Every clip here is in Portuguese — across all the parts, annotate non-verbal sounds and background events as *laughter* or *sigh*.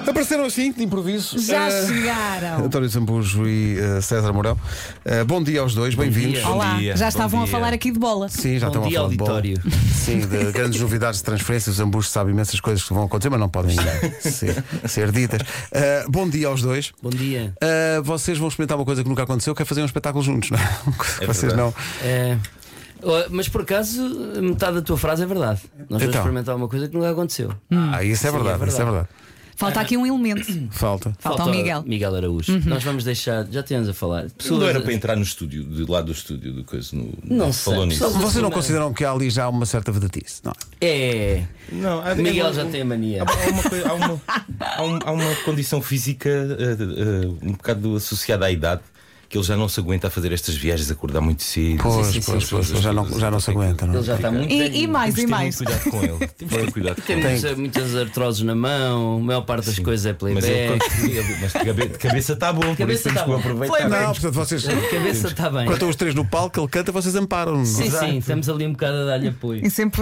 Apareceram assim, de improviso. Já Eh, *laughs* chegaram. António Zambujo e eh, César Mourão. Eh, bom dia aos dois, bem-vindos. dia. Bom Olá, dia, já bom estavam dia. a falar aqui de bola. Sim, já estão Bom dia, a falar de bola. auditório. Sim, de grandes novidades de transferências. O Zambujo sabe imensas coisas que vão acontecer, mas não podem ser, ser ditas. Eh, bom dia aos dois. Bom dia. Eh, vocês vão experimentar uma coisa que nunca aconteceu, que é fazer um espetáculo juntos, não é? Que *laughs* vocês verdade. não. É, ó, mas por acaso, metade da tua frase é verdade. Nós vamos Então. experimentar uma coisa que nunca aconteceu. Hum, Ah, isso é Sim, é verdade, isso é verdade. verdade. Falta aqui um elemento. Falta. Falta o Miguel. Uhum. Miguel Araújo. Nós vamos deixar, já tínhamos a falar. Pessoas, Não era para entrar no estúdio, de lado do estúdio, do coisa no. né, Não sei. falou nisso. Pessoal- Vocês não consideram que há ali já uma certa vedatice, não? é? É. Não, há- Miguel já há- tem a mania. Há uma, coi- há uma- há um- há uma condição física eh, eh, um bocado associada à idade que ele já não se aguenta a fazer estas viagens, acordar muito cedo. Pois, Sim, sim, pois, sim, pois, sim, sim. já não, já não se aguenta, não é? Ele já está um muito. E, e mais, Temos e de ter mais. muito cuidado com ele. Temos de ter cuidado com ele. Temos eh, muitas artroses na mão, a maior parte das coisas é Mas, ele, playback. quando- ele- mas de cabe- de cabeça está bom, por Cabeça isso temos tá que o bom. aproveitar. Não, portanto, vocês. A cabeça está bem. Quando estão os três no palco, ele canta, vocês amparam-no. Sim, sim, estamos ali um bocado a dar-lhe apoio. E sempre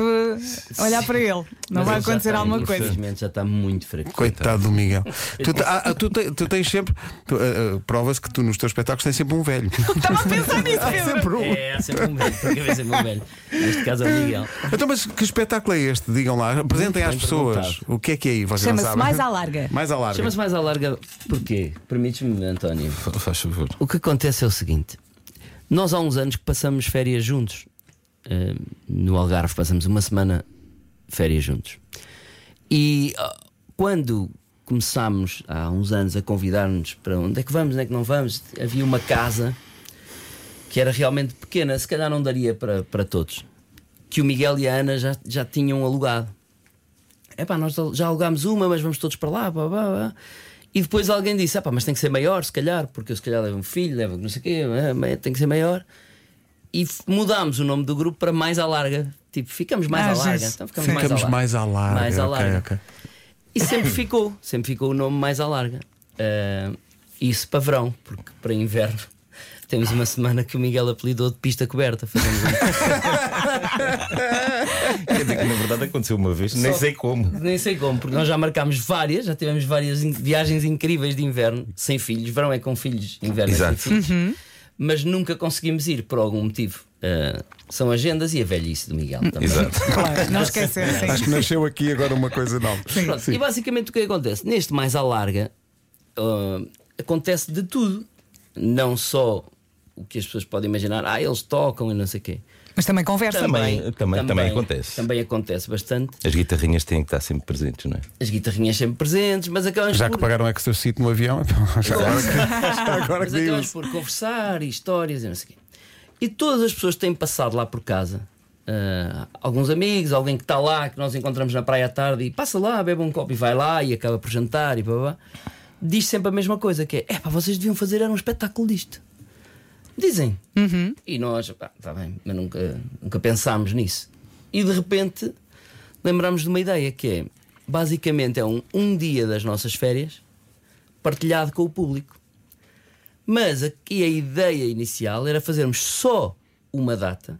olhar para ele. Não Mas vai ele já acontecer está, alguma coisa. Infelizmente já está muito fraco. Coitado do *laughs* Miguel. tu, te- ah, ah, tu te- tu tens sempre. tu, ah, ah, Provas que tu nos teus espetáculos tens sempre um *laughs* velho. Estava a pensar nisso, Pedro. sempre um. É, há sempre um velho, por cabeça é um velho. Neste caso é o Miguel. Então, mas que espetáculo é este? Digam lá, apresentem às bem pessoas. perguntado. O que é que é aí? Vocês não Chama-se sabem. Mais à Larga. Mais à larga. Chama-se mais à larga. Porquê? Permites-me, António. Faz favor. O que acontece é o seguinte: nós há uns anos que passamos férias juntos. Ahm, no Algarve passamos uma semana férias juntos. E ah, quando começámos há uns anos a convidar-nos para onde é que vamos, onde é que não vamos, havia uma casa que era realmente pequena, se calhar não daria para, para todos, que o Miguel e a Ana já, já tinham alugado. Epá, nós já alugámos uma, mas vamos todos para lá, blá, blá, blá. E depois alguém disse, "Epá, mas tem que ser maior, se calhar, porque eu se calhar levo um filho, levo não sei o quê, eh, mas tem que ser maior. E f- mudámos o nome do grupo para Mais à Larga. Tipo, ficamos mais Ah, à larga. Jesus. Então ficamos, Ficamos mais à larga. Mais à ok, larga. ok. E sempre ficou, sempre ficou o nome mais à larga. Ah, isso para verão, porque para inverno *laughs* temos uma semana que o Miguel apelidou de pista coberta. *laughs* Fazemos um- Quer dizer que na verdade aconteceu uma vez, nem sei como. Nem sei como, porque nós já marcámos várias, já tivemos várias in- viagens incríveis de inverno, sem filhos. Verão é com filhos, inverno é Exato. sem filhos. Mas nunca conseguimos ir por algum motivo. Ah, são agendas e a velhice do Miguel Hum, também. Exato. Claro, não esquecer. Acho que nasceu aqui agora uma coisa nova. Pronto, E basicamente o que acontece? Neste mais à larga ah, acontece de tudo. Não só o que as pessoas podem imaginar, ah, eles tocam e não sei o quê. Mas também conversa. também- também acontece. Também acontece bastante. As guitarrinhas têm que estar sempre presentes, não é? As guitarrinhas sempre presentes, mas acabamos Já que por. pagaram extra seat no avião, então, *laughs* já agora que, já agora mas que digo. acabamos por conversar e histórias e não sei o quê. E todas as pessoas têm passado lá por casa. ah, alguns amigos, alguém que está lá, que nós encontramos na praia à tarde e passa lá, bebe um copo e vai lá e acaba por jantar e blá, blá, blá, diz sempre a mesma coisa: que é, é pá, vocês deviam fazer era um espetáculo disto. Dizem. E nós, pá, está bem, mas nunca, nunca pensámos nisso. E de repente lembramos de uma ideia que é basicamente é um, um dia das nossas férias partilhado com o público. Mas aqui a ideia inicial era fazermos só uma data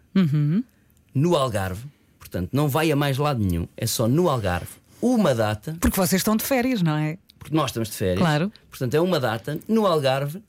no Algarve. Portanto, não vai a mais lado nenhum, é só no Algarve. Uma data, Porque vocês estão de férias, não é? porque nós estamos de férias. Claro. Portanto, é uma data no Algarve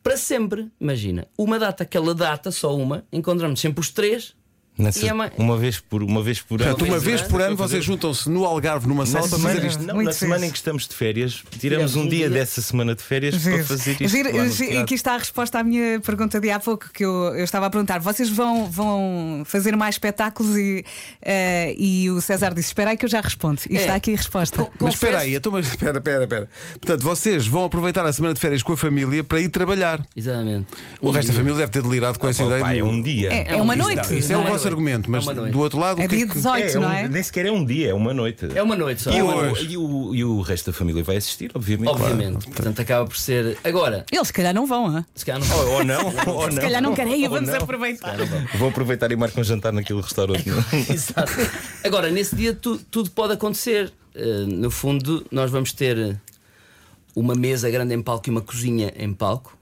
para sempre. Imagina, uma data, aquela data, só uma, encontramos sempre os três. Nessa- E é uma- uma, vez por, uma vez por ano. Portanto, uma vez é? por ano vocês juntam-se no Algarve numa Na sala para semana, fazer isto. não, Muito na semana fixe. em que estamos de férias, tiramos um dia dessa semana de férias para fazer isto. Giro, é lá no giro, e teatro. aqui está a resposta à minha pergunta de há pouco que eu, eu estava a perguntar. Vocês vão, vão fazer mais espetáculos e, eh, e o César disse: Espera aí que eu já respondo. E É. está aqui a resposta. Mas espera aí, então, mas espera, espera, espera. Portanto, vocês vão aproveitar a semana de férias com a família para ir trabalhar. Exatamente. O resto da família deve ter delirado com essa Oh, ideia. pá, de- é um dia. É, é uma Não, noite. Isso é o Não é vosso noite. argumento, mas É uma noite. do outro lado, o É que dia que- 18, um- não é? Nem sequer é um dia, é uma noite. É uma noite só. E o, Pois. e, o, e o resto da família vai assistir, obviamente. Obviamente. Portanto, acaba por ser. Agora, Eles se calhar não vão, hã? se calhar Ou, não. ou *laughs* não, ou não. Se calhar não querem, Ou vamos não. aproveitar. É Vou aproveitar e marco um jantar naquele restaurante. *laughs* *laughs* Exato. Agora, nesse dia tu- tudo pode acontecer. Eh, no fundo, nós vamos ter eh, uma mesa grande em palco e uma cozinha em palco.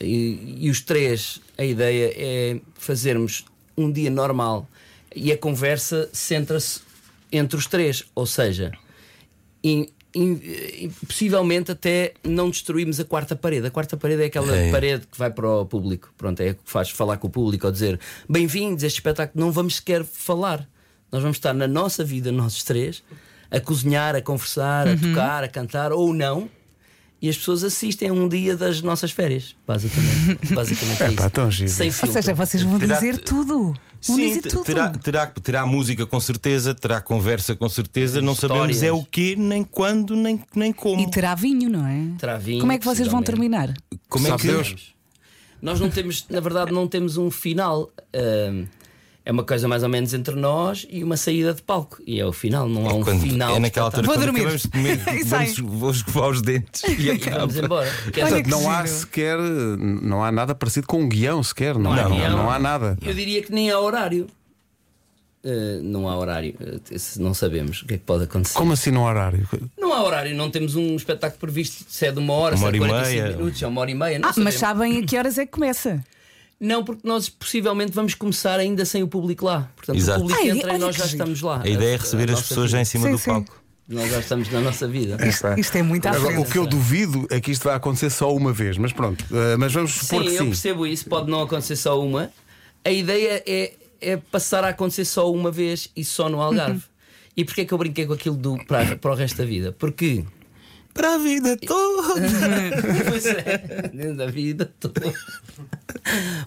E, e os três, a ideia é fazermos um dia normal e a conversa centra-se entre os três. Ou seja, em- in- eh, possivelmente até não destruímos a quarta parede. A quarta parede é aquela É. parede que vai para o público. Pronto, é o que faz falar com o público ou dizer bem-vindos a este espetáculo. Não vamos sequer falar. Nós vamos estar na nossa vida, nós três, a cozinhar, a conversar, Uhum. a tocar, a cantar ou não. E as pessoas assistem a um dia das nossas férias, *laughs* basicamente. basicamente é Epá, isso. tão giro. Sem Ou filtro. seja, vocês vão Terá- dizer tudo. Vão Sim, dizer te- um tudo. terá, terá, terá música com certeza, terá conversa com certeza, não Histórias. sabemos é o quê, nem quando, nem, nem como. E terá vinho, não é? Terá vinho, Como é que vocês vão possivelmente. terminar? Como é Sabe que Deus. Nós não temos, na verdade, não temos um final. Ahm, é uma coisa mais ou menos entre nós e uma saída de palco. E é o final, não há um Quando- final. é naquela de altura Vou quando dormir. acabamos de comer, *laughs* E vamos, saem. vou escovar os dentes e é, espetáculo. acaba. Vamos embora. Quer dizer, Olha é que não há giro. sequer, eh, não há nada parecido com um guião sequer, não, Não há é? guião. não há nada. Eu diria que nem há horário. Ah, não há horário. Ah, se não sabemos o que é que pode acontecer. Como assim no horário? Não há horário, não temos um espetáculo previsto. Se é de uma hora, Uma se é de hora e 45 meia. minutos, é uma hora e meia. Não Ah, mas sabemos. sabem a que horas é que começa? Não, porque nós possivelmente vamos começar ainda sem o público lá. Portanto, Exato. o público Ai, entra e olha nós que já giro. estamos lá. A ideia é receber A as nossa pessoas já vida. em cima Sim, do sim. palco. Nós já estamos na nossa vida. Isto é muito à Agora, frente. o que eu duvido é que isto vai acontecer só uma vez, mas pronto, eh, mas vamos Sim, supor que eu sim. percebo isso, pode não acontecer só uma. A ideia é, é passar a acontecer só uma vez e só no Uhum. Algarve. E porquê é que eu brinquei com aquilo do, para, para o resto da vida? Porque. Para a vida *laughs* toda! Pois é, dentro da vida toda.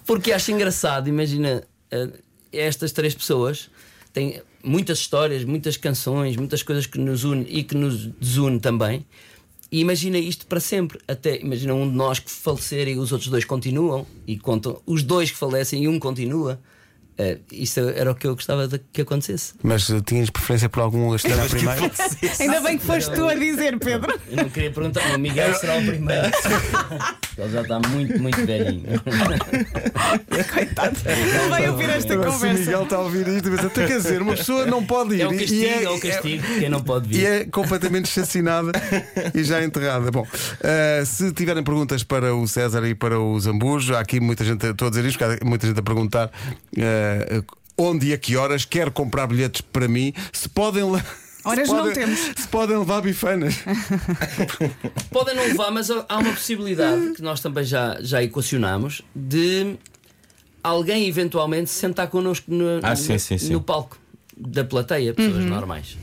Porque acho engraçado, imagina, eh, estas três pessoas têm muitas histórias, muitas canções, muitas coisas que nos une e que nos desune também. E imagina isto para sempre. Até imagina um de nós que falecer e os outros dois continuam e contam os dois que falecem e um continua. Eh, isso era o que eu gostava de que acontecesse. Mas eh, tinhas preferência por algum gastar à primeira? *laughs* Ainda bem que foste tu a dizer, Pedro. Eu não queria perguntar, o Miguel será o primeiro. *laughs* Ele já está muito, muito velhinho. Não vai ouvir esta Agora, se o conversa. Miguel está a ouvir isto, mas até quer dizer, uma pessoa não pode ir. É um e- castigo, e é, um castigo, quem não pode vir. E é completamente chacinada e já enterrada. Bom, eh, se tiverem perguntas para o César e para o Zambujo, há aqui muita gente, a- estou a dizer isto, porque há muita gente a perguntar eh, onde e a que horas quer comprar bilhetes para mim, se podem. le- *laughs* Horas se não podem- temos. Se podem levar bifanas. Podem não levar, mas há uma possibilidade que nós também já, já equacionamos de alguém eventualmente se sentar connosco no, Ah, no- sim, sim, sim. no palco da plateia, pessoas normais.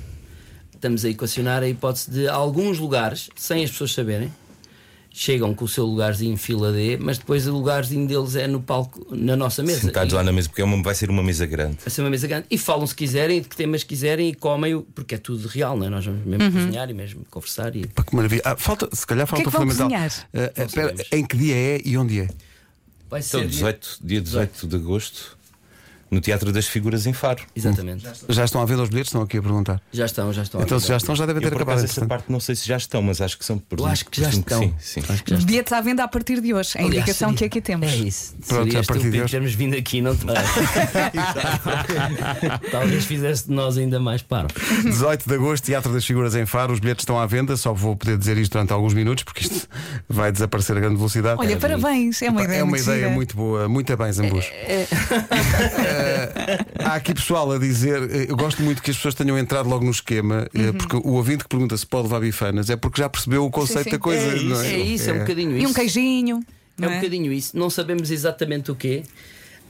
Estamos a equacionar a hipótese de alguns lugares, sem as pessoas saberem, chegam com o seu lugarzinho fila D, mas depois o lugarzinho deles é no palco, na nossa mesa. Sentados E- lá na mesa, porque é uma- vai ser uma mesa grande. Vai ser uma mesa grande. E falam se quiserem, de que temas quiserem e comem, porque é tudo real, não é? Nós vamos mesmo cozinhar e mesmo conversar. E... Pá, que maravilha. Ah, falta, se calhar falta que o vão fundamental. cozinhar? Eh, eh, Não espera, sabemos. em que dia é e onde é? Vai ser. Então, 18, dia 18 de agosto, no Teatro das Figuras em Faro. Exatamente. Já estão a vender os bilhetes? Estão aqui a perguntar. Já estão, já estão. Então, se já estão, já devem Eu, ter por acabado. acaso, essa entretanto. parte não sei se já estão, mas acho que são. Eu acho que já presumo estão. Sim, sim. Acho que já estão. Bilhetes à venda a partir de hoje. É a indicação Aliás, que aqui temos. É isso. Pronto, Seria a partir de estúpido hoje- termos vindo aqui, não *laughs* te Talvez fizesse de nós ainda mais paro. 18 de agosto, Teatro das Figuras em Faro. Os bilhetes estão à venda. Só vou poder dizer isto durante alguns minutos, porque isto *laughs* vai desaparecer a grande velocidade. Olha, parabéns. É uma ideia, é uma muito, ideia gira. É, muito boa. Muito bem, Zambus. Eh, há aqui pessoal a dizer: eh, eu gosto muito que as pessoas tenham entrado logo no esquema, eh, Uhum. porque o ouvinte que pergunta se pode levar bifanas é porque já percebeu o conceito sim. da coisa. É não É isso, é um bocadinho E isso. um queijinho. É não um bocadinho isso. Não sabemos exatamente o quê.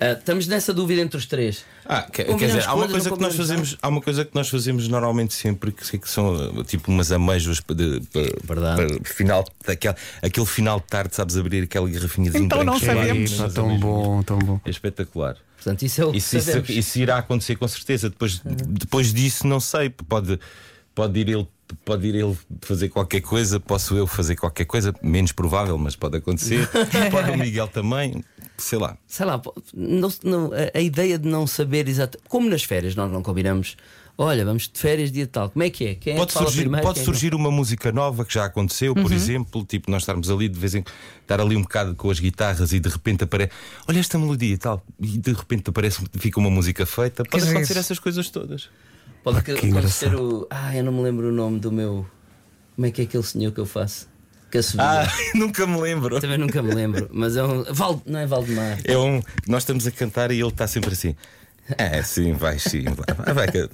Ah, estamos nessa dúvida entre os três. Ah, quer, Combinamos quer dizer, há uma, coisas, coisa não que nós combinamos fazemos, há uma coisa que nós fazemos normalmente sempre que, que são eh, tipo umas amêijoas para, de- para- Verdade. para final, daquela, aquele final de tarde, sabes, abrir aquela garrafinha de vinho Então não branco gelado. sabemos. Está tão bom, tão bom. É espetacular. Portanto, isso é o que Isso, isso- sabemos. isso irá acontecer com certeza. Depois, depois disso, não sei. Pode, pode, ir ele, pode ir ele fazer qualquer coisa, posso eu fazer qualquer coisa, menos provável, mas pode *laughs* acontecer. pode o Miguel também, sei lá. sei lá, pô, não- não- a, a ideia de não saber exatamente. Como nas férias, nós não combinamos. Olha, vamos de férias dia tal. Como é que é? Quem é Pode que fala surgir, primeiro, pode quem é que não? Uhum. surgir uma música nova que já aconteceu, por exemplo, tipo nós estarmos ali de vez em quando, estar ali um bocado com as guitarras e de repente aparece, olha esta melodia e tal, e de repente aparece, fica uma música feita. Pode giro. acontecer essas coisas todas. Pode, que pode engraçado. ser o. Ah, eu não me lembro o nome do meu. Como é que é aquele senhor que eu faço? Que assobia. Ah, *laughs* nunca me lembro. Também nunca me lembro, mas é um. Val... Não é Valdemar. É um, nós estamos a cantar e ele está sempre assim. É, sim, vai sim. Vai, vai, que-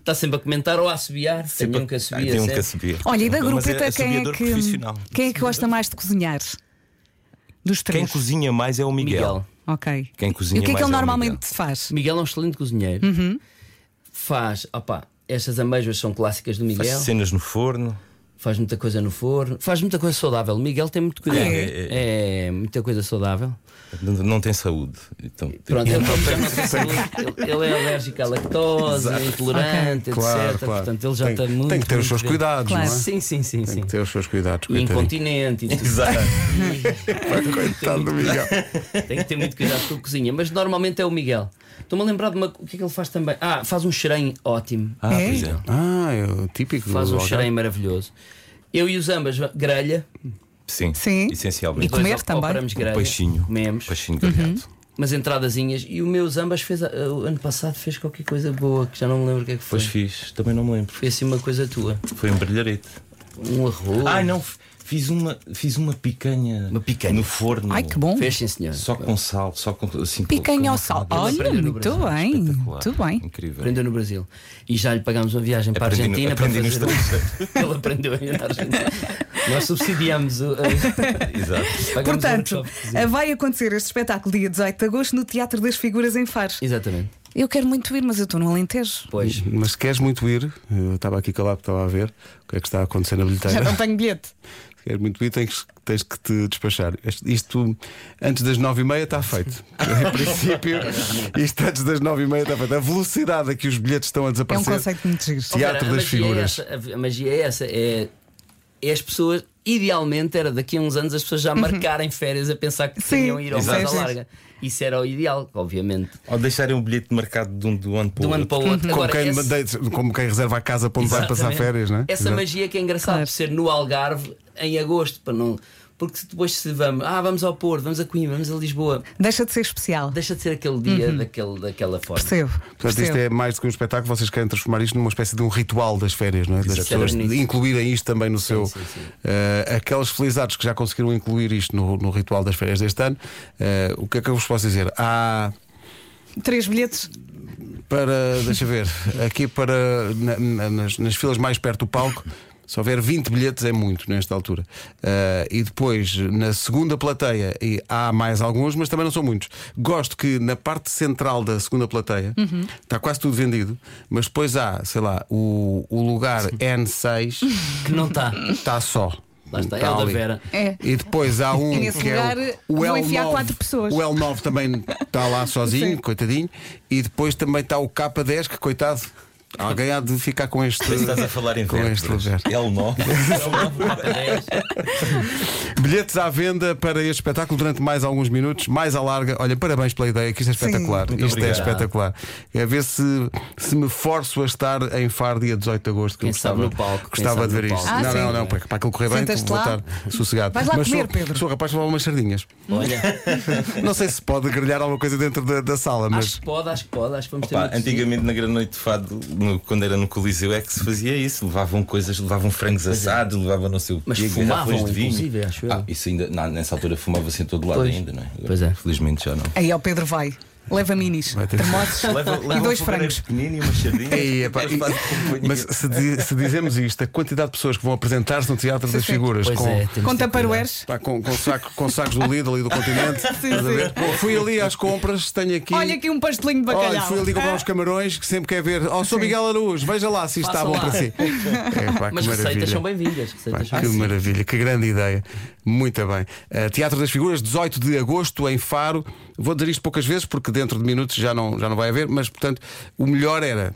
Está sempre a comentar ou a assobiar. *laughs* Tem um que assobia. Tem um sempre. que assobia. Olha, e da Mas grupeta, é quem, é assobiador que, profissional. quem é que gosta mais de cozinhar? Dos Quem três. cozinha mais é o Miguel. Miguel. Ok. Quem cozinha e o que é que mais ele é o normalmente Miguel. faz? Miguel é um excelente cozinheiro. Faz, opá, estas amêijoas são clássicas do Faz Miguel. Faz, cenas no forno. muita coisa no forno, faz muita coisa saudável. O Miguel tem muito cuidado. Ah, é? muita coisa saudável. Não, não tem saúde. Então, tem- Pronto, *laughs* ele, já não tem saúde. Ele- ele é alérgico à lactose, é intolerante, Claro, etc. claro. Portanto, ele já tem, está muito. tem que ter os muito seus bem. cuidados, Claro. não é? Sim, sim, sim, sim. Tem que ter os seus cuidados. E coitadinho. incontinente e tudo. *laughs* Exato. *laughs* Coitado do Miguel. Tem que ter muito cuidado com a cozinha, mas normalmente é o Miguel. Estou-me a lembrar de uma. O que é que ele faz também? Ah, faz um xerém ótimo. Ah, É? pois é. Ah, é o típico. Faz do um Algarve. xerém maravilhoso. Eu e os ambas, grelha. Sim, Sim. essencialmente. E é comer também. Compramos Um grelha. Peixinho. Comemos. Peixinho grelhado. Uhum. Umas entradazinhas. E o meu ambas fez. ah, O ano passado fez qualquer coisa boa, que já não me lembro o que é que foi. Pois fiz, também não me lembro. Foi assim uma coisa tua. Foi um brilharete. Um arroz. Ah, Ai, não, f- fiz uma, fiz uma picanha, Uma picanha. no forno. Ai, que bom. Fez sim, senhor. Só com sal, só com assim, com- com Picanha uma ao sal. camada. Olha, aprendeu no muito Brasil. bem. Espetacular. Então, Muito bem. Incrível. Aprendeu no Brasil. E já lhe pagámos uma viagem para a Aprendi no- Argentina aprendi no para fazer. um- *laughs* Ele aprendeu a ir à Argentina. Nós subsidiamos o. eh, *laughs* Exato. Pagamos o Portanto, workshop de cozinha. vai acontecer este espetáculo dia 18 de agosto no Teatro das Figuras em Faro. Exatamente. Eu quero muito ir, mas eu estou no Alentejo. Pois. Mas se queres muito ir, eu estava aqui calado, estava a ver o que é que está a acontecer na bilheteira. Já não tenho bilhete. Se queres muito ir, tens, tens que te despachar. Isto, isto antes das nove e meia está *laughs* feito. Em princípio, isto antes das nove e meia está feito. A velocidade a que os bilhetes estão a É um desaparecer. conceito muito giro. Sim. Teatro Ó, cara, a das magia figuras. é essa, a, a magia é essa. É, é as pessoas, idealmente, era daqui a uns anos as pessoas já marcarem férias a pensar que Uhum. Sim, queriam ir ao exato. Casa Larga. Isso era o ideal, obviamente. Ou deixarem um bilhete marcado de um, do ano para o De um ano outro. para o Uhum. outro. Como Agora, quem, essa- de- como quem reserva a casa para onde vai passar Exatamente. férias, não é? Essa Exato. magia que é engraçada Claro. de ser no Algarve em agosto, para não. Porque se depois se vamos, ah, vamos ao Porto, vamos a Coimbra, vamos a Lisboa, Deixa de ser especial. deixa de ser aquele dia daquele, daquela forma. Percebo. Portanto, isto percebo. é mais do que um espetáculo, vocês querem transformar isto numa espécie de um ritual das férias, não é? Das Exatamente. pessoas Era bonito. incluírem isto também no seu. sim, sim. eh, aqueles felizardos que já conseguiram incluir isto no, no ritual das férias deste ano, eh, o que é que eu vos posso dizer? Há Três bilhetes. para, deixa ver, aqui para na- na- nas, nas filas mais perto do palco. Se houver 20 bilhetes é muito nesta altura. Eh, e depois, na segunda plateia, e há mais alguns, mas também não são muitos. Gosto que na parte central da segunda plateia está quase tudo vendido, mas depois há, sei lá, o, o lugar N6 Que não tá. está. está Tá só. Tá Lá está, é o da ali. Vera. É. E depois há um E nesse que lugar é o, o vão L9. enfiar quatro pessoas. O L9 também está *laughs* lá sozinho, Sim. coitadinho. E depois também está o K10, que coitado, alguém há de ficar com este. Estás a falar em com este lugar. vértebras. É o *laughs* nó. Bilhetes à venda para este espetáculo durante mais alguns minutos, mais à larga. Olha, parabéns pela ideia, que isto é espetacular. Muito isto é obrigado. espetacular. É ver se, se me forço a estar em Far dia 18 de agosto. Que eu Quem sabe gostava, no palco, quem gostava sabe de ver no isto. palco. Ah, não, sim. não, não, para, para aquilo correr bem, Sentes-te vou lá? estar sossegado. Vais lá Mas comer, sou, Pedro. sou rapaz para levar umas sardinhas. Olha, Não sei se pode grelhar alguma coisa dentro da, da sala, acho mas. que pode, acho que pode, acho que vamos ter Pá, muito sim. antigamente na Grande Noite de Fado, no- quando era no Coliseu, é que se fazia isso. Levavam coisas, levavam frangos assados, levavam não sei o quê, Mas garrafões fumavam, de vinho. inclusive, acho eu. Ah, isso ainda, na- nessa altura fumava-se em todo lado Pois. ainda, não é? Pois é. Felizmente já não. Aí ao Pedro vai. Leva minis, ter- termossos um e dois frangos. pequenino e uma é sardinha. *laughs* Ei, epá, é e- mas se, di- se dizemos isto, a quantidade de pessoas que vão apresentar-se no Teatro das sim. Figuras Pois com, é, temos de ter Com cuidado. taparoeiros. pá, com, com, saco- com sacos do Lidl e do Continente. estás a ver? *laughs* sim. Bom, fui ali às compras, tenho aqui. Olha aqui um pastelinho de Olha, bacalhau. fui ali comprar uns camarões que sempre quer ver. Oh, sou Miguel Araújo, veja lá se isto está Faça bom lá. para si. É, pá, que Mas maravilha. receitas são bem-vindas. Pá, receitas que são bem-vindas. maravilha, que grande ideia. Muito bem. Eh, Teatro das Figuras, 18 de agosto, em Faro. Vou dizer isto poucas vezes, porque dentro de minutos já não, já não vai haver, mas portanto, o melhor era,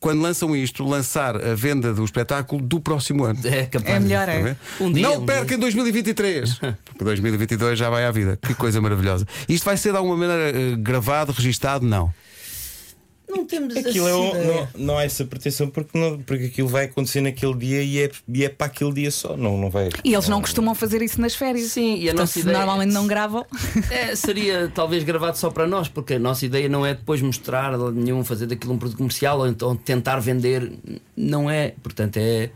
quando lançam isto, lançar a venda do espetáculo do próximo ano. É capaz. É melhor, Está a é. ver? Um dia, não um perca em *laughs* 2023, porque 2022 já vai à vida. Que coisa maravilhosa. Isto vai ser de alguma maneira eh, gravado, registado? Não. Não temos Aquilo é assim um- ideia. não, não há essa proteção porque, não, porque aquilo vai acontecer naquele dia e é, e é para aquele dia só. Não, não vai. E eles não costumam fazer isso nas férias. Sim, e a Portanto, nossa ideia é- normalmente não gravam. *laughs* É, seria talvez gravado só para nós, porque a nossa ideia não é depois mostrar a lado nenhum, fazer daquilo um produto comercial ou então tentar vender. Não é. Portanto, é,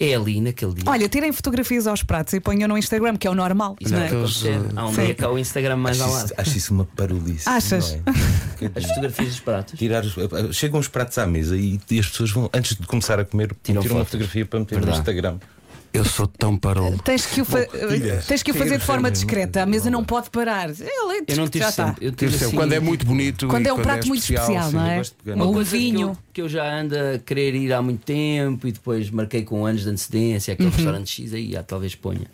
É ali naquele dia. Olha, tirem fotografias aos pratos e ponham no Instagram, que é o normal. Isso não, é aqueles, acontecer. Há um dia cá o Instagram mais ao Acho lado. isso, acho isso uma parolice. Achas? não *laughs* é? As fotografias dos pratos. Tirar os- eh, chegam os pratos à mesa e, e as pessoas vão, antes de começar a comer, tiram, Tiram uma fotos. fotografia para meter no Verdade. Instagram. Eu sou tão parolo. Tens que, o fa- tira. tens que o Tira, fazer de forma tira. discreta. A mesa não pode parar. Ele é Eu não tive já está. sempre. Eu tive Tive sempre- assim- Quando é muito bonito. Quando e é um prato muito especial, sim. não é? gosto de pegar. Ou Uma Um coisa que eu- vinho. Que eu, já ando a querer ir há muito tempo e depois marquei com anos de antecedência aquele restaurante X aí, ah, talvez ponha.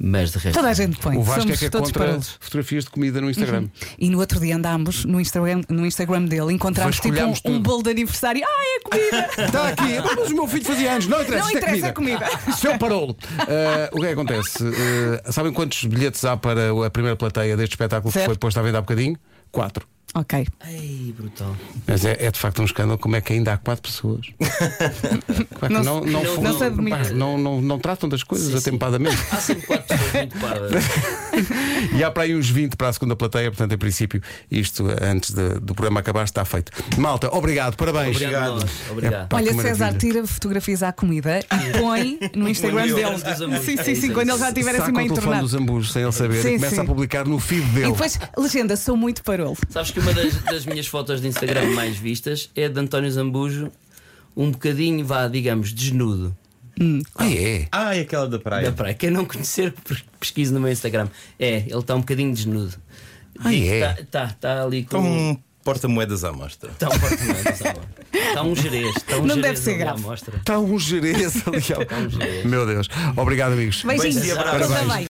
Mas de resto. Toda a gente põe. O Vasco Somos é que é todos Uhum. contra parolos. fotografias de comida no Instagram. E no outro dia andámos no Instagram, no Instagram dele, encontramos tipo um, Vasculhámos tudo. um bolo de aniversário. Ah, é comida! *laughs* Está *laughs* aqui, Ah, mas o meu filho fazia anos, não interessa, Não isto é interessa *laughs* a comida. Isto é um parolo. Ah, o que é que acontece? Ah, sabem quantos bilhetes há para a primeira plateia deste espetáculo que Certo. foi posto à venda há bocadinho? Quatro. ok. Ai, brutal. Mas é, é de facto um escândalo como é que ainda há quatro pessoas. Claro que Não- não, não, não fu- se admite. pá, não- não- não tratam das coisas Sim, sim. atempadamente. *laughs* Há sempre quatro pessoas muito parvas. E há para aí uns 20 para a segunda plateia, portanto, em princípio, isto eh, antes de- do programa acabar está feito. Malta, *laughs* obrigado, parabéns. Obrigado. a nós. Obrigado. Pá, Olha, Tá, que César maravilha. tira fotografias à comida e põe no Instagram no dele. Instagram dos amigos. Sim, É sim, isso, sim. é Quando isso. ele já estiver assim Saca o telefone meio entornado. dos ambos sem ele saber Sim, e começa sim. a publicar no feed E dele. depois, legenda, sou muito parolo. Sabes que uma das, das minhas fotos de Instagram mais vistas é de António Zambujo, um bocadinho, vá, digamos, desnudo. Ah, é? Ah, é aquela da praia. Da praia. Quem não conhecer, *laughs* pe- pesquise no meu Instagram. É, ele está um bocadinho desnudo. Ah, é? Está tá, tá ali com. Então, um porta-moedas à mostra. Está um porta-moedas, sabe? Está um gerês. Está um Não gerês deve ser ali à grave. mostra. Está um gerês ali. um gerês. Meu Deus. Obrigado, amigos. Beijinhos. Beijinhos e Conta abraços. bem.